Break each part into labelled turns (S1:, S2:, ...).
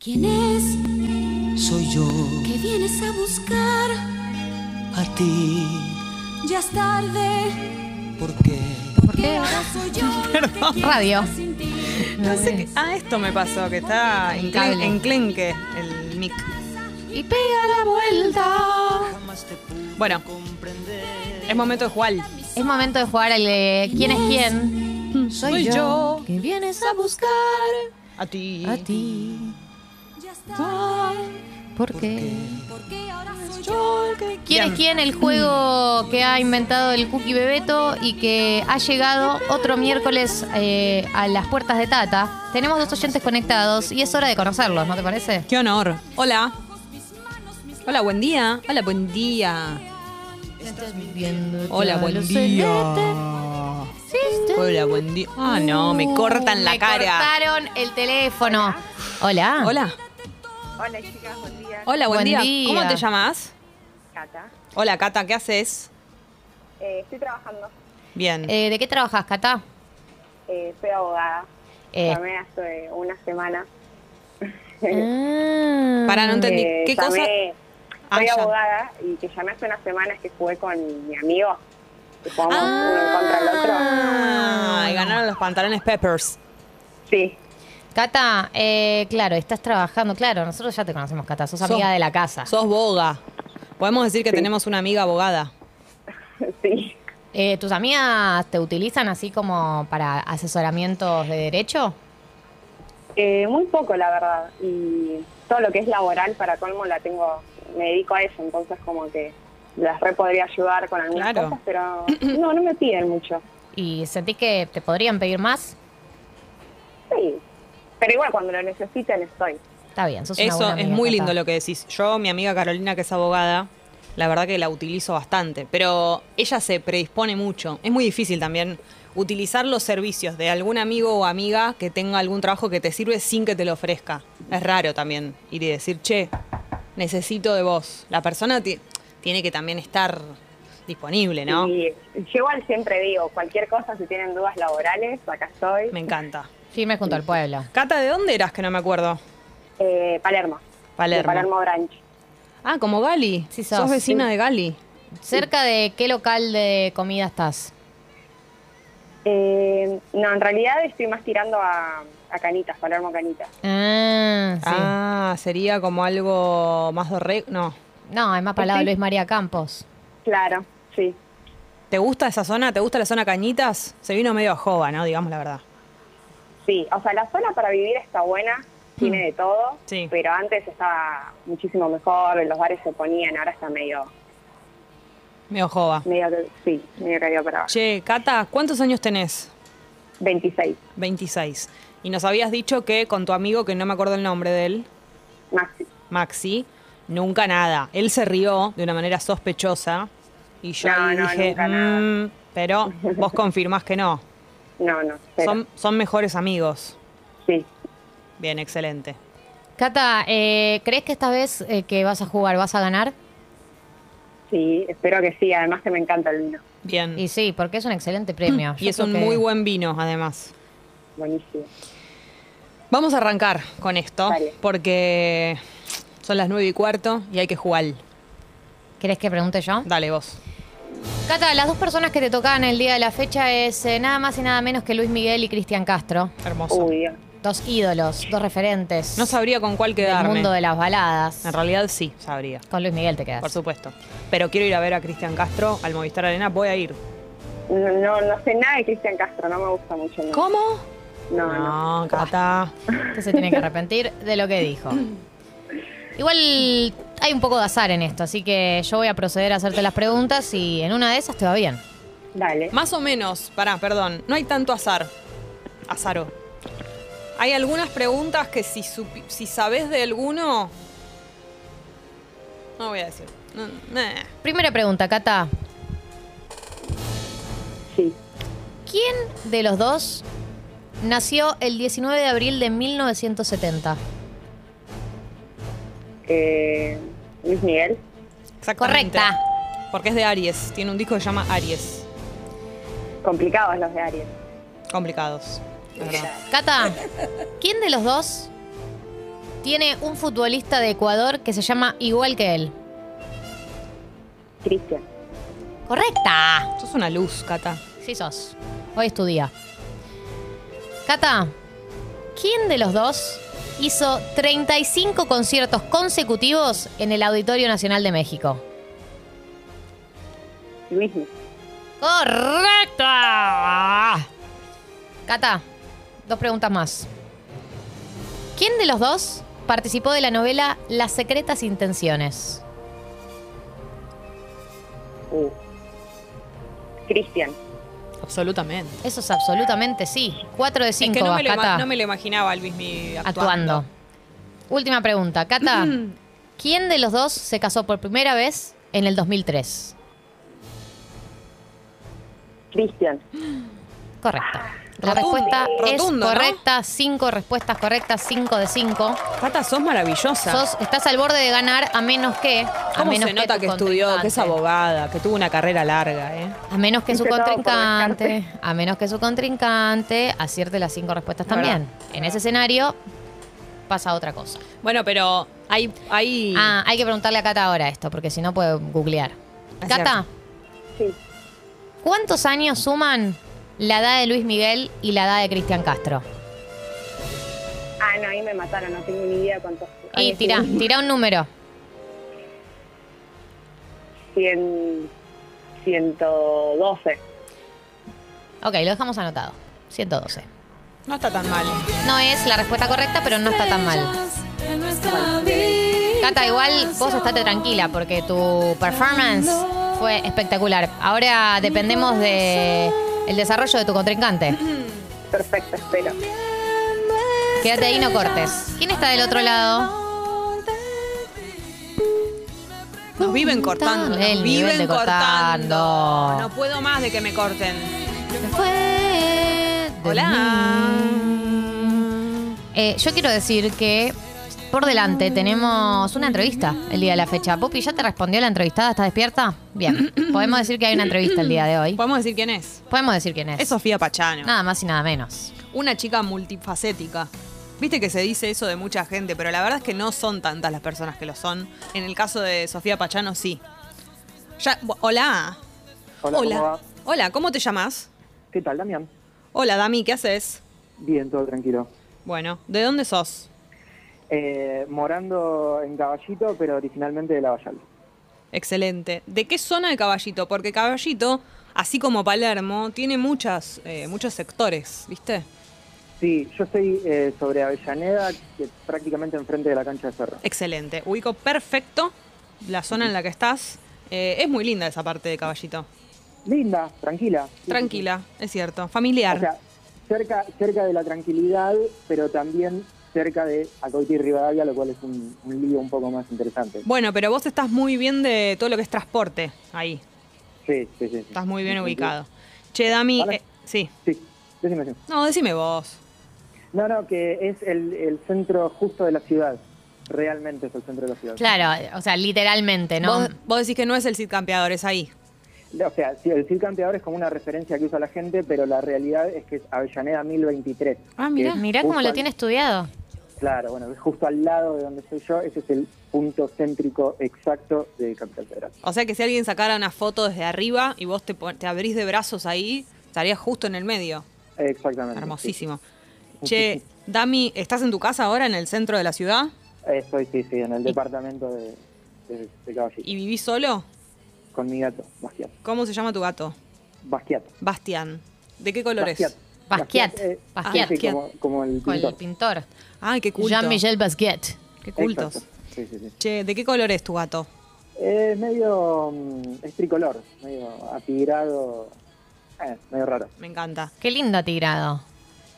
S1: ¿Quién es
S2: Soy yo
S1: que vienes a buscar?
S2: a ti.
S1: Ya es tarde,
S2: ¿Por qué?
S1: porque ahora soy yo. la que quiero
S3: Radio.
S1: estar sin ti.
S4: No sé qué- Ah, esto me pasó, que está
S3: En
S4: en, clen-
S3: cable.
S4: en clenque el mic.
S3: Y pega la vuelta.
S4: Bueno, es momento de jugar.
S3: Es momento de jugar el de quién es quién.
S4: Soy yo.
S3: Que vienes a buscar
S4: A ti.
S3: a ti.
S1: Ya es tarde,
S3: ¿Por qué?
S1: porque ahora soy yo. la que
S3: ¿Quién
S4: Bien.
S3: es quién? El juego que ha inventado el Cookie Bebeto y que ha llegado otro miércoles eh, a las puertas de Tata. Tenemos dos oyentes conectados y es hora de conocerlos, ¿no te parece?
S4: Qué honor. Hola. Hola, buen día. Hola, buen día. Hola, buen día. Hola, buen día. Ah, no, me cortan la
S3: Uh, Me
S4: cara.
S3: cortaron el teléfono. Hola.
S4: Hola.
S5: Hola chicas, buen día.
S4: Hola, buen,
S3: Buen
S4: día.
S3: día.
S4: ¿Cómo te llamas?
S5: Cata.
S4: Hola, Cata, ¿qué haces?
S5: Eh, estoy trabajando,
S4: Bien.
S3: Eh, ¿De qué trabajas, Cata?
S5: eh, soy abogada.
S3: Eh.
S5: Llamé hace una semana.
S3: Ah.
S4: Para, no entendí.
S5: Eh,
S4: ¿Qué cosa?
S5: llamé-
S4: Ah,
S5: Soy
S4: ya.
S5: abogada y que llamé hace unas semanas que jugué con mi amigo. Que jugamos uno contra el otro.
S4: Ah, y ganaron los pantalones Peppers.
S5: Sí,
S3: Cata, eh, claro, estás trabajando, claro, nosotros ya te conocemos, Cata, sos
S4: Sos-
S3: amiga de la casa.
S4: Sos boga. Podemos decir que tenemos una amiga abogada.
S5: sí.
S3: Eh, ¿Tus amigas te utilizan así como para asesoramientos de derecho?
S5: Eh, muy poco, la verdad. Y todo lo que es laboral, para colmo, la tengo. Me dedico a eso, entonces, como que las re podría ayudar con algunas
S4: Claro.
S5: cosas, pero no, no me piden mucho.
S3: ¿Y sentís que te podrían pedir más?
S5: Sí. Pero igual, cuando lo necesiten, estoy.
S3: Está bien, sos una buena
S4: Eso es
S3: amiga,
S4: muy
S3: Cata.
S4: lindo lo que decís. Yo, mi amiga Carolina, que es abogada, la verdad que la utilizo bastante, pero ella se predispone mucho. Es muy difícil también utilizar los servicios de algún amigo o amiga que tenga algún trabajo que te sirve sin que te lo ofrezca. Es raro también ir y decir, che, necesito de vos. La persona ti- tiene que también estar disponible, ¿no?
S5: Y yo igual siempre digo, cualquier cosa, si tienen dudas laborales, acá estoy.
S4: Me encanta.
S3: Firme junto al pueblo.
S4: Cata, ¿de dónde eras que no me acuerdo?
S5: Eh, Palermo.
S4: Palermo.
S5: De Palermo Branch.
S4: Ah, como Gali.
S3: Sí, sos.
S4: sos vecina de Gali.
S3: ¿Cerca de qué local de comida estás?
S5: Eh, no, en realidad estoy más tirando a, a Canitas, Palermo Canitas.
S3: Ah, sí.
S4: Ah, sería como algo más dorrego. No.
S3: No, es más para el lado de Luis María Campos.
S5: Claro, sí.
S4: ¿Te gusta esa zona? ¿Te gusta la zona Cañitas? Se vino medio a jova, ¿no? Digamos la verdad.
S5: Sí, o sea, la zona para vivir está buena, tiene de todo,
S4: Hmm. Sí.
S5: pero antes estaba muchísimo mejor, los bares se ponían, ahora está medio,
S4: Medio jova.
S5: medio, que- sí, medio caído para abajo.
S4: Che, Cata, ¿cuántos años tenés?
S5: 26,
S4: 26. Y nos habías dicho que con tu amigo, que no me acuerdo el nombre de él,
S5: maxi.
S4: Maxi, nunca nada. Él se rió de una manera sospechosa y yo
S5: No,
S4: ahí
S5: no,
S4: dije,
S5: nunca nada.
S4: "Mm", pero vos confirmás que no.
S5: No, no, cero.
S4: Son, son mejores amigos.
S5: sí.
S4: Bien, excelente.
S3: Cata, eh, ¿crees que esta vez eh, que vas a jugar vas a ganar?
S5: Sí, espero que sí, además que me encanta el vino.
S4: Bien.
S3: Y
S4: Y,
S3: sí, porque es un excelente premio. Yo
S4: Mm. es
S3: creo
S4: un
S3: que-
S4: muy buen vino, además.
S5: Buenísimo.
S4: Vamos a arrancar con esto,
S5: Dale.
S4: porque son las nueve y cuarto y hay que jugar.
S3: ¿Querés que pregunte yo?
S4: Dale vos.
S3: Cata, las dos personas que te tocaban el día de la fecha es eh, nada más y nada menos que Luis Miguel y Cristian Castro.
S4: Hermoso.
S5: Uy, Dios.
S3: Dos ídolos, dos referentes
S4: No sabría con cuál
S3: del
S4: quedarme.
S3: mundo de las baladas.
S4: En realidad sí, sabría.
S3: Con Luis Miguel te
S4: Por
S3: quedas.
S4: supuesto. Pero quiero ir a ver a Cristian Castro al Movistar Arena. Voy a ir.
S5: No, no, no sé nada de Cristian Castro, no me gusta mucho. No,
S4: ¿Cómo?
S5: no. no.
S4: No, Cata.
S3: Usted se tiene que arrepentir de lo que dijo. Igual hay un poco de azar en esto, así que yo voy a proceder a hacerte las preguntas y en una de esas te va bien.
S5: Dale.
S4: Más o menos, pará, perdón. No hay tanto azar. Azaro. Hay algunas preguntas que si, supi- si sabes de alguno. No voy a decir. No, eh. nah.
S3: Primera pregunta, Cata.
S5: Sí.
S3: ¿Quién de los dos nació el 19 de abril de 1970?
S5: Eh, Luis Miguel.
S4: Exactamente.
S3: Correcta.
S4: Porque es de Aries. Tiene un disco que se llama Aries.
S5: Complicados los de Aries.
S4: Complicados. la verdad.
S3: Cata, ¿quién de los dos tiene un futbolista de Ecuador que se llama igual que él.
S5: Cristian.
S3: Correcta.
S4: Sos una luz, Cata.
S3: Sí sos. Hoy es tu día. Cata, ¿quién de los dos hizo 35 conciertos consecutivos en el Auditorio Nacional de México?
S5: Luis.
S3: ¡Correcta! Cata, dos preguntas más. ¿Quién de los dos participó de la novela Las secretas intenciones?
S5: Uh. Cristian.
S4: Absolutamente.
S3: Eso es absolutamente sí. Cuatro de
S4: Es
S3: cinco
S4: que no
S3: vas,
S4: me, lo ima-
S3: Cata.
S4: no me lo imaginaba Luis mi
S3: actuando.
S4: actuando.
S3: Última pregunta. Cata, ¿quién de los dos se casó por primera vez en el 2003?
S5: Cristian.
S3: Correcto. La
S4: Rotundo,
S3: respuesta
S4: rotundo,
S3: es
S4: ¿no?
S3: correcta. Cinco respuestas correctas, cinco de cinco.
S4: Cata, sos maravillosa.
S3: Sos- estás al borde de ganar a menos que. a
S4: ¿Cómo
S3: menos
S4: se nota
S3: tu
S4: que, estudió, que es
S3: contrincante.
S4: abogada, que tuvo una carrera larga, eh?
S3: A menos que su
S5: Hice todo por
S3: contrincante,
S5: descarte.
S3: a menos que su contrincante acierte las cinco respuestas
S4: Verdad,
S3: también. En ese escenario pasa otra cosa.
S4: Bueno, pero hay... hay...
S3: Ah, hay que preguntarle a Cata ahora esto, porque si no puede googlear.
S4: Es
S3: Cata,
S5: Sí.
S3: ¿cuántos años suman la edad de Luis Miguel y la edad de Cristian Castro?
S5: Ah, no, ahí me mataron. No tengo ni idea cuántos.
S4: Eh,
S3: Y
S5: años
S3: tira,
S5: tiene.
S3: tira un número.
S5: Cien- 112.
S3: Ok, lo dejamos anotado. 112.
S4: No está tan mal.
S3: No es la respuesta correcta, pero no está tan mal.
S1: En nuestra vida
S3: Cata, igual vos estate tranquila porque tu performance fue espectacular. Ahora dependemos de el desarrollo de tu contrincante.
S5: Perfecto, espero.
S3: Quédate ahí, no cortes. ¿Quién está del otro lado?
S4: Nos viven cortando.
S3: El
S4: Nos viven
S3: nivel de cortando.
S4: cortando. No puedo más de que me corten.
S3: Fue de
S4: Hola.
S3: Eh, yo quiero decir que por delante tenemos una entrevista el día de la fecha. Popi, ¿ya te respondió la entrevistada? ¿Estás despierta? Bien. Podemos decir que hay una entrevista el día de hoy.
S4: Podemos decir quién es.
S3: Podemos decir quién es.
S4: Es Sofía Pachano.
S3: Nada más y nada menos.
S4: Una chica multifacética. Viste que se dice eso de mucha gente, pero la verdad es que no son tantas las personas que lo son. En el caso de Sofía Pachano, sí. Ya, bo- hola.
S6: Hola, ¿cómo
S4: Hola.
S6: va?
S4: Hola, ¿cómo te llamas?
S6: ¿Qué tal, Damián?
S4: Hola, Dami, ¿qué haces?
S6: Bien, todo tranquilo.
S4: Bueno, ¿de dónde sos?
S6: Eh, morando en Caballito, pero originalmente de Lavallal.
S4: Excelente. ¿De qué zona de Caballito? Porque Caballito, así como Palermo, tiene muchas, eh, muchos sectores, ¿viste?
S6: Sí, yo estoy eh, sobre Avellaneda, que prácticamente enfrente de la cancha de Cerro.
S4: Excelente. Ubico perfecto la zona en la que estás. Eh, es muy linda esa parte de Caballito.
S6: Linda, tranquila. Sí, sí, sí.
S4: Tranquila, es cierto.
S6: O
S4: Familiar.
S6: sea, cerca, cerca de la tranquilidad, pero también cerca de Acoiti y Rivadavia, lo cual es un, un lío un poco más interesante.
S4: Bueno, pero vos estás muy bien de todo lo que es transporte ahí.
S6: Sí, sí, sí. sí.
S4: Estás muy bien
S6: Sí, sí, sí.
S4: ubicado. Che, Dami,
S6: Vale.
S4: eh, sí.
S6: Sí, decime, decime.
S4: No, decime vos.
S6: No, no, que es el, el centro justo de la ciudad. Realmente es el centro de la ciudad.
S3: Claro, o sea, literalmente, ¿no?
S4: Vos, vos decís que no es el Cid Campeador, es ahí.
S6: O sea, sí, el Cid Campeador es como una referencia que usa la gente, pero la realidad es que es Avellaneda 1023.
S4: Ah, mirá.
S6: que es
S3: Mirá cómo
S6: justo
S3: lo
S6: al-
S3: tiene estudiado.
S6: Claro, bueno, es justo al lado de donde estoy yo, ese es el punto céntrico exacto de Capital Federal.
S4: O sea que si alguien sacara una foto desde arriba y vos te, pon- te abrís de brazos ahí, estarías justo en el medio.
S6: Exactamente.
S4: Hermosísimo. Che, Dami, ¿estás en tu casa ahora en el centro de la ciudad?
S6: sí. Estoy, sí, sí, en el departamento de, de, de Caballito,
S4: ¿Y vivís solo?
S6: con mi gato, Bastiat.
S4: ¿Cómo se llama tu gato?
S6: Bastiat.
S4: Bastián. ¿De qué color
S6: Bastiat.
S4: es?
S3: Basquiat.
S6: eh,
S3: Basquiat.
S6: sí, sí, como, como el
S3: Con el
S6: pintor.
S3: pintor.
S4: Ay, qué culto.
S3: Jean-Michel Basquiat.
S4: Qué cultos.
S6: Exacto. Sí, sí, sí.
S4: Che, ¿de qué color es tu gato?
S6: Eh, Es medio, mm, es tricolor, medio atigrado, eh, medio raro.
S4: Me encanta.
S3: Qué lindo tirado.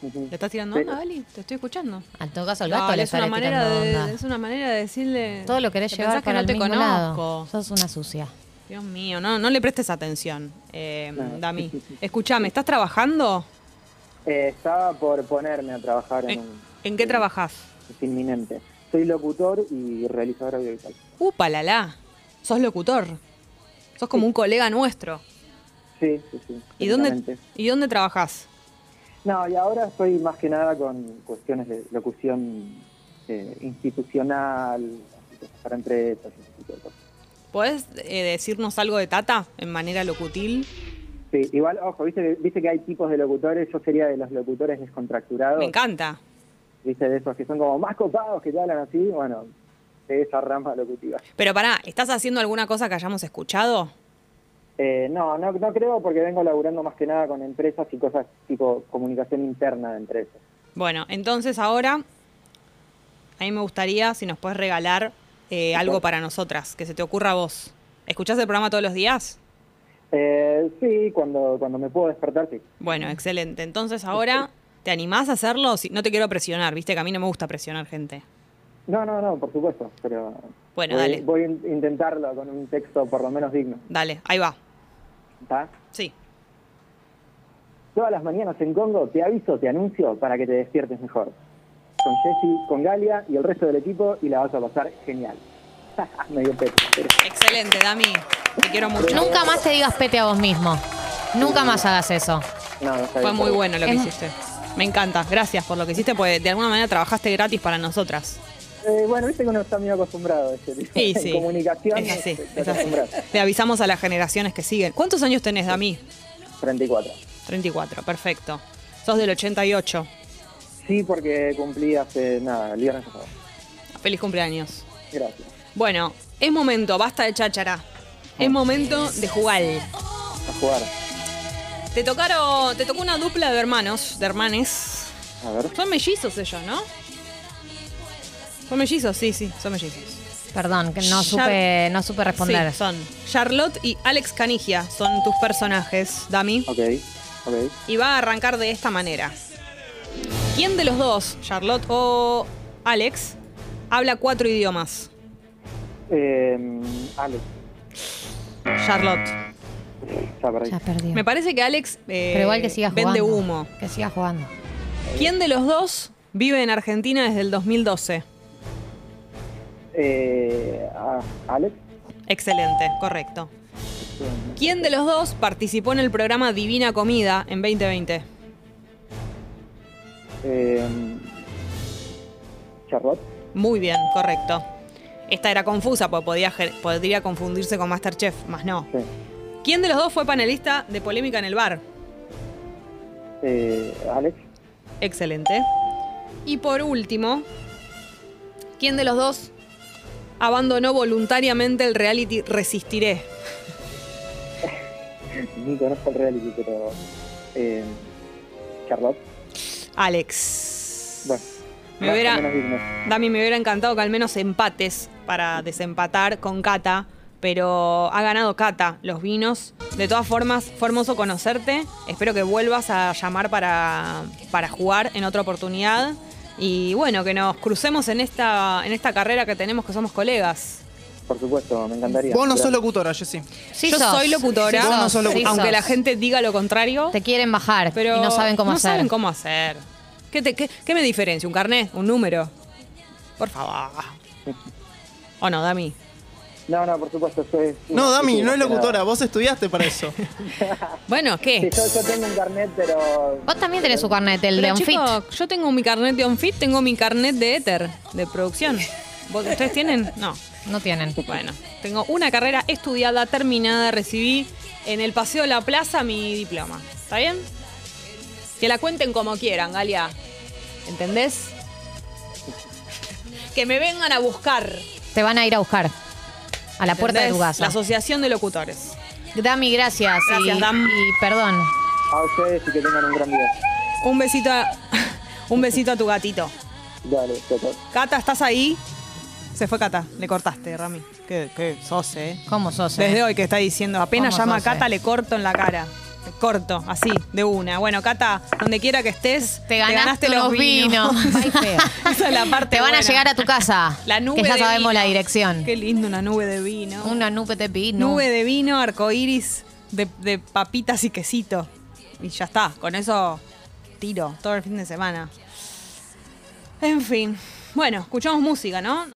S6: Ujú.
S4: ¿Le estás tirando
S6: Sí.
S4: onda, Dali? Te estoy escuchando.
S3: En todo caso, el gato
S4: Dale,
S3: le
S4: es, una
S3: sale
S4: manera
S3: tirando onda.
S4: de, es una manera de decirle.
S3: Todo lo querés
S4: que
S3: llevar
S4: pensás que
S3: para
S4: no
S3: el
S4: te
S3: mismo
S4: conozco.
S3: lado. Sos una sucia.
S4: Dios mío, no, no le prestes atención, eh,
S6: No.
S4: Dami. Escuchame, ¿estás trabajando?
S6: Eh, estaba por ponerme a trabajar en,
S4: ¿En,
S6: un... eh,
S4: en qué trabajás?
S6: Es inminente. Soy locutor y realizador audiovisual.
S4: Upa, la la. Sos locutor. Sos como un colega nuestro.
S6: Sí, sí, sí.
S4: ¿Y dónde,
S6: técnicamente.
S4: ¿Y dónde trabajás?
S6: No, y ahora estoy más que nada con cuestiones de locución eh, institucional, para empresas, ese tipo de cosas.
S4: ¿Podés eh, decirnos algo de Tata en manera locutil?
S6: Sí, igual, ojo, ¿viste, que- viste que hay tipos de locutores, yo sería de los locutores descontracturados,
S4: Me encanta.
S6: viste, de esos que son como más copados, que te hablan así, bueno, de esa rama locutiva.
S4: Pero pará, ¿estás haciendo alguna cosa que hayamos escuchado?
S6: Eh, no, no, no creo porque vengo laburando más que nada con empresas y cosas tipo comunicación interna de empresas.
S4: Bueno, entonces ahora a mí me gustaría si nos puedes regalar eh, algo para nosotras, que se te ocurra a vos. ¿Escuchás el programa todos los días?
S6: Eh, sí, cuando, cuando me puedo despertar, sí.
S4: Bueno, excelente. Entonces ahora, ¿te animás a hacerlo? Si- No te quiero presionar, viste que a mí no me gusta presionar gente.
S6: No, no, no, por supuesto, pero
S4: Bueno,
S6: voy,
S4: dale.
S6: voy a in- intentarlo con un texto por lo menos digno.
S4: Dale, ahí va.
S6: ¿está?
S4: Sí.
S6: Todas las mañanas en Congo te aviso, te anuncio para que te despiertes mejor. Con Jesse, con Galia y el resto del equipo y la vas a pasar genial. Medio pecho, pero-
S4: Excelente, Dami. Te quiero mucho.
S3: Nunca más te digas pete a vos mismo. Nunca más hagas eso.
S6: no, no está
S4: Fue muy
S6: bien, está bien.
S4: bueno lo que
S3: Es-
S4: hiciste. Me encanta. Gracias por lo que hiciste, porque de alguna manera trabajaste gratis para nosotras.
S6: Eh, bueno, viste que uno está medio acostumbrado a ese tipo
S4: Sí,
S6: de
S4: sí.
S6: comunicación.
S4: Es así,
S6: está
S4: es así.
S6: acostumbrado.
S4: Le avisamos a las generaciones que siguen. ¿Cuántos años tenés, Dami?
S6: 34.
S4: 34, perfecto. Sos del 88.
S6: Sí, porque cumplí hace nada, el viernes pasado.
S4: Feliz cumpleaños.
S6: Gracias.
S4: Bueno, es momento, basta de cháchara. Es momento de jugar.
S6: A jugar.
S4: Te tocaron, te tocó una dupla de hermanos, de hermanes.
S6: A ver.
S4: Son mellizos ellos, ¿no? Son mellizos, sí, sí, son mellizos.
S3: Perdón, que
S4: Ya-
S3: no supe, no supe responder.
S4: Sí, son Charlotte y Alex Canigia, son tus personajes, Dami.
S6: Ok, ok.
S4: Y va a arrancar de esta manera. ¿Quién de los dos, Charlotte o Alex, habla cuatro idiomas?
S6: Eh, Alex,
S4: Charlotte.
S6: ya perdí.
S3: Ya perdió.
S4: Me parece que Alex eh,
S3: Pero igual que siga jugando.
S4: vende humo.
S3: Que siga jugando.
S4: ¿Quién de los dos vive en Argentina desde el 2012?
S6: Eh, ah, Alex,
S4: Excelente, correcto. ¿Quién de los dos participó en el programa Divina Comida en 2020?
S6: eh, Charlotte.
S4: Muy bien, correcto. Esta era confusa porque podía, ge- podría confundirse con Masterchef, más no.
S6: Sí.
S4: ¿Quién de los dos fue panelista de Polémica en el Bar?
S6: Eh, Alex,
S4: Excelente. Y por último, ¿quién de los dos abandonó voluntariamente el reality Resistiré?
S6: ni conozco el reality, pero. Eh, Charlotte.
S4: Alex.
S6: Bueno.
S4: Me
S6: más o
S4: hubiera-
S6: menos digno.
S4: Dami, me hubiera encantado que al menos empates para desempatar con Cata, pero ha ganado Cata los vinos. De todas formas, fue hermoso conocerte. Espero que vuelvas a llamar para, para jugar en otra oportunidad. Y bueno, que nos crucemos en esta, en esta carrera que tenemos, que somos colegas.
S6: Por supuesto, me encantaría.
S7: Vos no sos
S6: Gracias.
S7: locutora, Jessy.
S3: Sí
S4: Yo
S3: sos.
S4: soy locutora,
S3: Sí
S7: Vos no
S3: sos,
S7: sos
S3: sí
S7: locutora.
S4: aunque
S3: sos.
S4: la gente diga lo contrario.
S3: Te quieren bajar
S4: pero
S3: y no saben cómo
S4: no
S3: hacer.
S4: saben cómo hacer. ¿Qué, te- qué- qué me diferencia? ¿Un carnet? ¿Un número? Por favor. ¿O no, Dami?
S6: No, no, por supuesto, yo es.
S7: No, Dami,
S6: sí,
S7: no es
S6: más que
S7: locutora,
S6: nada.
S7: vos estudiaste para eso.
S4: Bueno,
S6: Sí,
S4: ¿qué?
S6: yo, yo tengo un carnet, pero.
S3: Vos también tenés su carnet, el de
S4: Pero,
S3: Onfit.
S4: chico, yo tengo mi carnet de OnFit, tengo mi carnet de Ether, de producción. ¿Vos- ¿Ustedes tienen? No.
S3: No tienen.
S4: Bueno, tengo una carrera estudiada, terminada, recibí en el Paseo de la Plaza mi diploma. ¿Está bien? Que la cuenten como quieran, Galia. ¿Entendés? Que me vengan a buscar.
S3: Te van a ir a buscar a la puerta de tu
S4: ¿entendés?
S3: casa.
S4: La Asociación de Locutores.
S3: Dami, gracias.
S4: Gracias,
S3: y,
S4: Dam.
S3: y perdón.
S6: A ustedes y que tengan un gran día.
S4: Un besito a, un besito a tu gatito.
S6: Dale, chao, chao.
S4: Cata, ¿estás ahí? Se fue Cata, le cortaste, Rami. Qué, qué sos, eh.
S3: ¿Cómo sos? eh?
S4: Desde hoy que está diciendo, apenas
S3: ¿Cómo
S4: llama a
S3: sos, eh?
S4: Cata, le corto en la cara. Le corto, así, de una. Bueno, Cata, donde quiera que estés,
S3: Te ganaste, los vinos. Ay, feo.
S4: Esa es la parte
S3: Te van a
S4: buena.
S3: llegar a tu casa.
S4: La nube
S3: Que ya
S4: de
S3: sabemos
S4: vino.
S3: la dirección.
S4: Qué lindo, una nube de vino.
S3: Una nube de vino.
S4: nube de vino, arcoíris, de, de papitas y quesito. Y ya está, con eso tiro todo el fin de semana. En fin. Bueno, escuchamos música, ¿no?